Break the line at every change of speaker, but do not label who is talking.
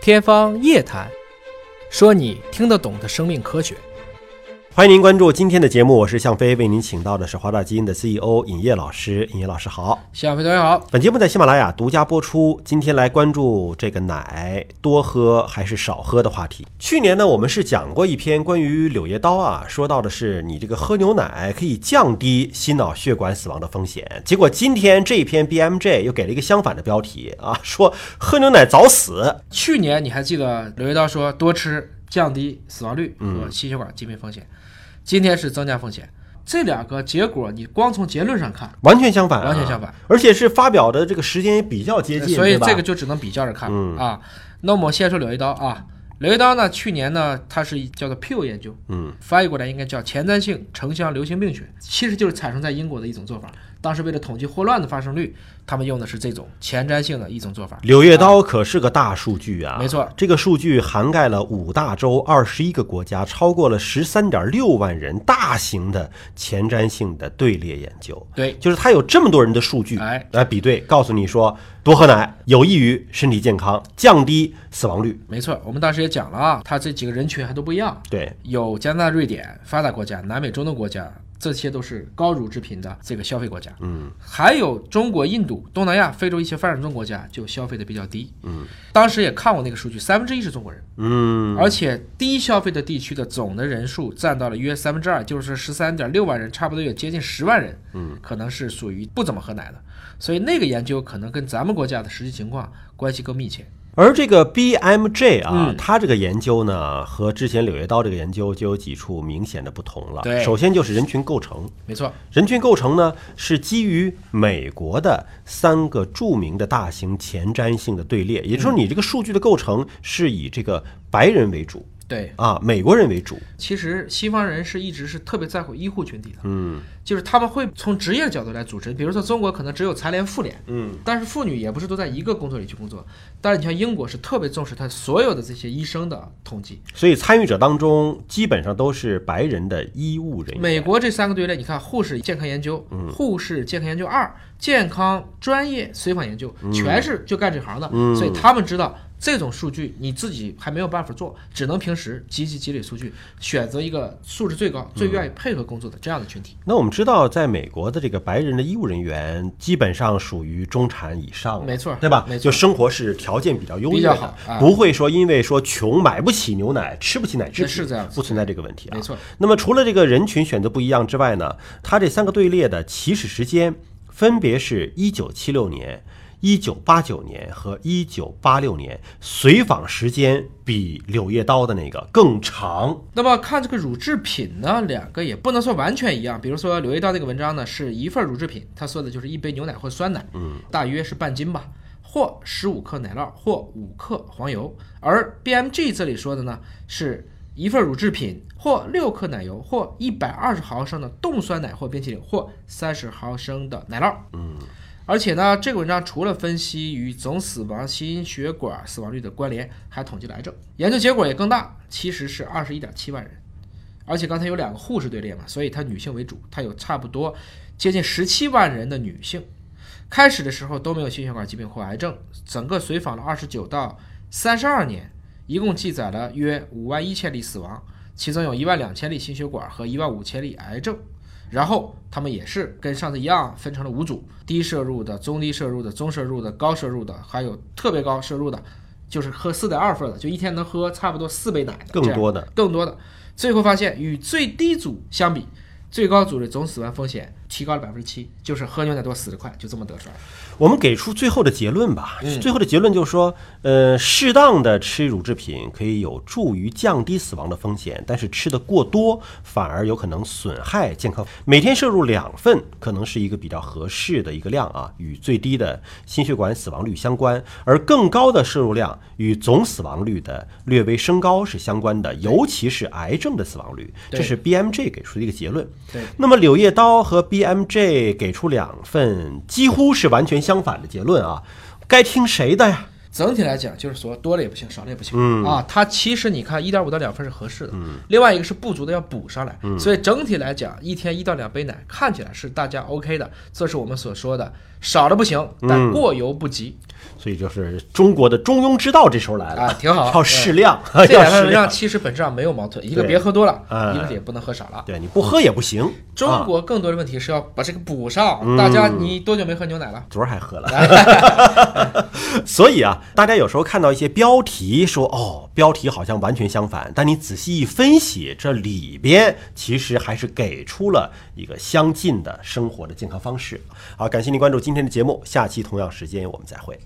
天方夜谭，说你听得懂的生命科学。
欢迎您关注今天的节目，我是向飞，为您请到的是华大基因的 CEO 尹烨老师。尹烨老师好，
小飞同学好，
本节目在喜马拉雅独家播出。今天来关注这个奶多喝还是少喝的话题。去年呢，我们是讲过一篇关于柳叶刀啊，说到的是你这个喝牛奶可以降低心脑血管死亡的风险。结果今天这一篇 BMJ 又给了一个相反的标题啊，说喝牛奶早死。
去年你还记得刘一刀说多吃降低死亡率
嗯
和心血管疾病风险，今天是增加风险，这两个结果你光从结论上看，
完全相反、啊，
完全相反，
而且是发表的这个时间也比较接近，
所以
对吧嗯
这个就只能比较着看、啊。那我们先说柳一刀啊，柳一刀呢，去年呢，它是叫做 Pew 研究，
嗯，
翻译过来应该叫前瞻性城乡流行病学，其实就是产生在英国的一种做法。当时为了统计霍乱的发生率，他们用的是这种前瞻性的一种做法。
柳叶刀可是个大数据啊，
没错，
这个数据涵盖了五大洲、二十一个国家，超过了十三点六万人，大型的前瞻性的队列研究，
对，
就是它有这么多人的数据
哎
来比对，告诉你说多喝奶有益于身体健康，降低死亡率。
没错，我们当时也讲了啊，它这几个人群还都不一样，
对，
有加拿大、瑞典发达国家、南美、中东国家，这些都是高乳制品的这个消费国家。
嗯，
还有中国、印度、东南亚、非洲一些发展中国家就消费的比较低。嗯，当时也看过那个数据，三分之一是中国人，
嗯，
而且低消费的地区的总的人数占到了约三分之二，就是十三点六万人，差不多有接近十万人，嗯，可能是属于不怎么喝奶的。所以那个研究可能跟咱们国家的实际情况关系更密切。
而这个 BMJ 啊，
嗯
它这个研究呢和之前柳叶刀这个研究就有几处明显的不同了。
对
首先就是人群构成，
没错，
人群构成呢是基于美国的三个著名的大型前瞻性的队列，也就是说，你这个数据的构成是以这个白人为主
对，
啊，美国人为主。
其实西方人是一直是特别在乎医护群体的，
嗯
就是他们会从职业角度来组织，比如说中国可能只有残联、妇联，
嗯，
但是妇女也不是都在一个工作里去工作。但是你像英国是特别重视他所有的这些医生的统计。
所以参与者当中基本上都是白人的医务人员。
美国这三个队列，你看护士健康研究、护士健康研究二、健康专业随访研究，全是就干这行的，所以他们知道。这种数据你自己还没有办法做，只能平时积极积累数据，选择一个素质最高、最愿意配合工作的这样的群体。
那我们知道，在美国的这个白人的医务人员基本上属于中产以上了，
没错
对吧？
没错
就生活是条件比较优越的，
比较好啊
不会说因为说穷买不起牛奶，吃不起奶制品，
是这样子
不存在这个问题啊。
没错。
那么除了这个人群选择不一样之外呢，它这三个队列的起始时间分别是一九七六年。一九八九年和一九八六年随访时间比柳叶刀的那个更长，
那么看这个乳制品呢，两个也不能说完全一样。比如说柳叶刀那个文章呢，是一份乳制品，他说的就是一杯牛奶或酸奶，嗯，大约是半斤吧，或十五克奶酪或五克黄油。而 BMG 这里说的呢，是一份乳制品或六克奶油或一百二十毫升的冻酸奶或冰淇淋或三十毫升的奶酪，嗯。而且呢，这个文章除了分析与总死亡、心血管死亡率的关联，还统计了癌症。研究结果也更大，其实是二十一点七万人。而且刚才有两个护士队列嘛，所以它女性为主，它有差不多接近十七万人的女性。开始的时候都没有心血管疾病或癌症，整个随访了二十九到三十二年，一共记载了约五万一千例死亡，其中有一万两千例心血管和一万五千例癌症。然后他们也是跟上次一样分成了五组：低摄入的、中低摄入的、中摄入的、高摄入的，还有特别高摄入的，就是喝四点二份的，就一天能喝差不多四杯奶的，
更
这样
多的
更多的。最后发现，与最低组相比，最高组的总死亡风险提高了百分之七，就是喝牛奶多死得快，就这么得出来的。
我们给出最后的结论吧。最后的结论就是说，呃，适当的吃乳制品可以有助于降低死亡的风险，但是吃的过多反而有可能损害健康。每天摄入两份可能是一个比较合适的一个量啊，与最低的心血管死亡率相关，而更高的摄入量与总死亡率的略微升高是相关的，尤其是癌症的死亡率。
对
这是 BMJ 给出的一个结论。
对
那么柳叶刀和 BMJ 给出两份几乎是完全相反的结论啊，该听谁的呀？
整体来讲，就是说多了也不行，少了也不行、
嗯
啊。它其实你看，一点五到两份是合适的，另外一个是不足的要补上来。
嗯
所以整体来讲，一天一到两杯奶看起来是大家 OK 的，这是我们所说的少了不行，
嗯
但过犹不及、
所以就是中国的中庸之道这时候来了
啊，挺好。
要适量，
嗯这
要
两份
适
文
量
章，其实本质上没有矛盾，一个
对
别喝多了，
哎
一个是也不能喝少了。
对你不喝也不行。
中
啊
国更多的问题是要把这个补上。大家，你多久没喝牛奶了？
昨儿还喝了，所以啊，大家有时候看到一些标题说哦，标题好像完全相反，但你仔细一分析，这里边其实还是给出了一个相近的生活的健康方式。好，感谢您关注今天的节目，下期同样时间我们再会。